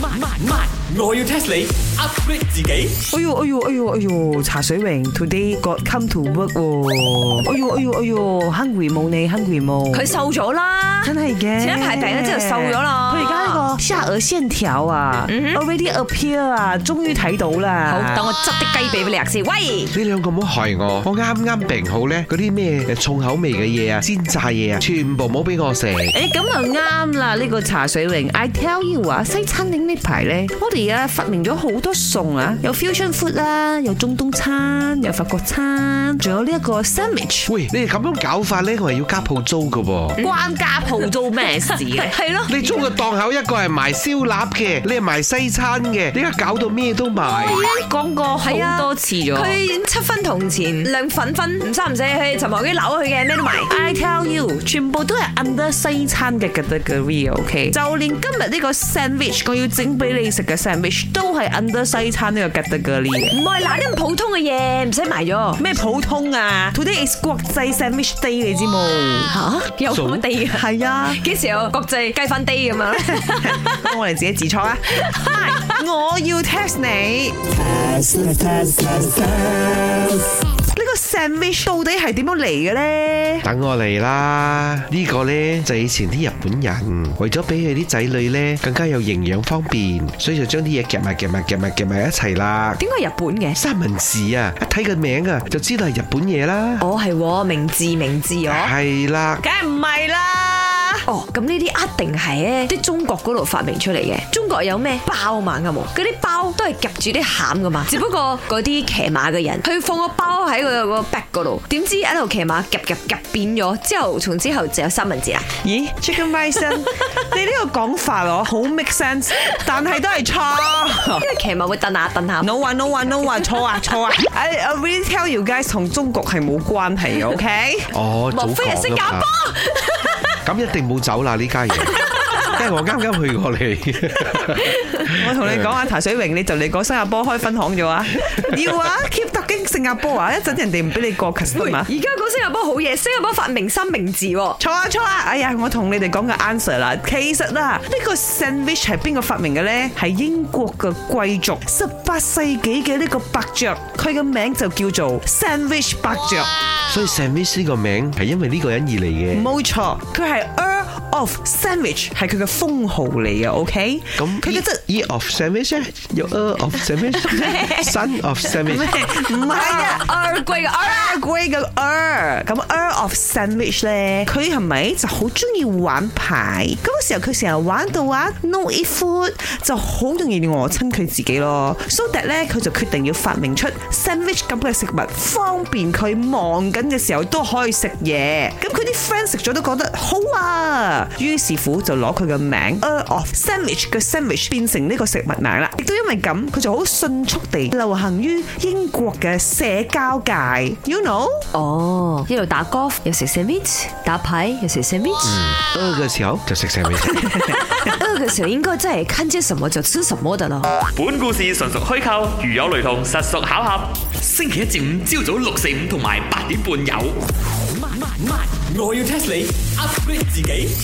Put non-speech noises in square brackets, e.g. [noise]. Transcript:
慢慢慢，我要 test 你 upgrade 自己。哎呦哎呦哎呦哎呦，茶水榮 today got come to work 喎。哎呦哎呦哎呦，hungry 冇你 hungry 冇。佢瘦咗啦，真係嘅，前一排病咗之後瘦咗啦佢而家呢個下颚線條啊，already appear 啊，終於睇到啦。好，等我執啲雞髀俾你食先。喂，你兩個唔好害我，我啱啱病好咧，嗰啲咩重口味嘅嘢啊、煎炸嘢啊，全部唔好俾我食。誒咁就啱啦！呢個茶水榮，I tell you 啊，西餐廳呢排咧，我哋啊發明咗好多餸啊，有 fusion food 啦，有中東餐，有法國餐，仲有呢一個 sandwich。喂，你哋咁樣搞法咧，我係要加鋪租噶噃。關家鋪做咩事啊嘅？係咯，你租個檔口一個係賣燒臘嘅，你係賣西餐嘅，你而家搞到咩都賣。講過好係啊多次咗。佢七分銅錢，兩分分，唔三唔四，去陳豪基扭佢嘅，咩都埋。 I tell you，全部都係 under 西餐嘅 category，OK？、就連今日呢個 sandwich，我要整俾你食嘅 sandwich 都係 under 西餐呢個 category 嘅。唔係嗱啲咁普通嘅嘢，唔使埋咗。咩普通啊？Today is 國際 sandwich day，你知冇？吓，有咁嘅地啊？係啊，幾時有國際雞飯 day 咁樣？幫我哋自己自創啊！Hi，我要 test 你。呢個 sandwich 到底係點樣嚟嘅咧？等我嚟啦！呢個呢，就係以前啲日本人為咗俾佢啲仔女呢更加有營養方便，所以就將啲嘢夾埋夾埋夾埋夾埋一齊啦。 [laughs] 點解日本嘅？三文治啊，一睇個名啊就知道係日本嘢啦。哦，係喎，明治明治哦。係啦，梗係唔係啦！哦，咁呢啲一定係咧，啲中國嗰度發明出嚟嘅。中國有咩包嘛？啱冇？嗰啲包都係夾住啲餡噶嘛。只不過嗰啲騎馬嘅人，佢放個包喺佢個 back 嗰度，點知喺度騎馬夾夾夾扁咗，之後從之後就有三文治啦。咦，Chicken Rice，你 [laughs] 呢個講法我好 make sense，但係都係錯。因為騎馬會蹬下蹬 [laughs] 下。No one, no one, no one，錯啊錯啊！I I really tell you guys，同中國係冇關係嘅，OK？ [laughs] 哦，莫早非係講新㗎加嘛坡？咁一定冇走啦 [laughs] 呢家嘢，因為我啱啱去過你。我同你講啊，譚水榮，你就嚟講新加坡開分行咗 [laughs] 啊？要啊，keep 得經新加坡啊！一陣人哋唔俾你過 c u s 喂 t 而家講新加坡好嘢，新加坡發明三明治喎。錯啊錯啊！哎呀，我同你哋講嘅 answer 啦，其實啦，呢個 sandwich 係邊個發明嘅呢？係英國嘅貴族，十八世紀嘅呢個伯爵，佢嘅名就叫做 sandwich 伯爵，所以 sandwich 呢個名係因為呢個人而嚟嘅。冇錯，佢係 Earl of Sandwich 係佢嘅封號嚟嘅，OK？咁佢嘅質 e of sandwich 咧，有 a of [laughs] sandwich，son of sandwich。唔係啊。啊，貴嘅啊！ Grey 嘅 Earl，咁 Earl of Sandwich 咧，佢係咪就好中意玩牌？嗰個時候佢成日玩到啊，no eat food 就好容易餓親佢自己咯。So that 咧，佢就決定要發明出 sandwich 咁嘅食物，方便佢忙緊嘅時候都可以食嘢。咁佢啲 friend 食咗都覺得好啊，於是乎就攞佢嘅名 Earl of Sandwich 嘅 sandwich 變成呢個食物名啦。亦都因為咁，佢就好迅速地流行於英國嘅社交界，you know。哦，一路打 golf 又食 sandwich，打牌又食 sandwich。 a 嘅時候就食 sandwich。餓嘅時候應該真係看見什麼就吃什麼的咯。本故事純屬虛構，如有雷同，實屬巧合。星期一至五朝早六四五同埋八點半有。慢慢慢，我要 test 你 upgrade 自己。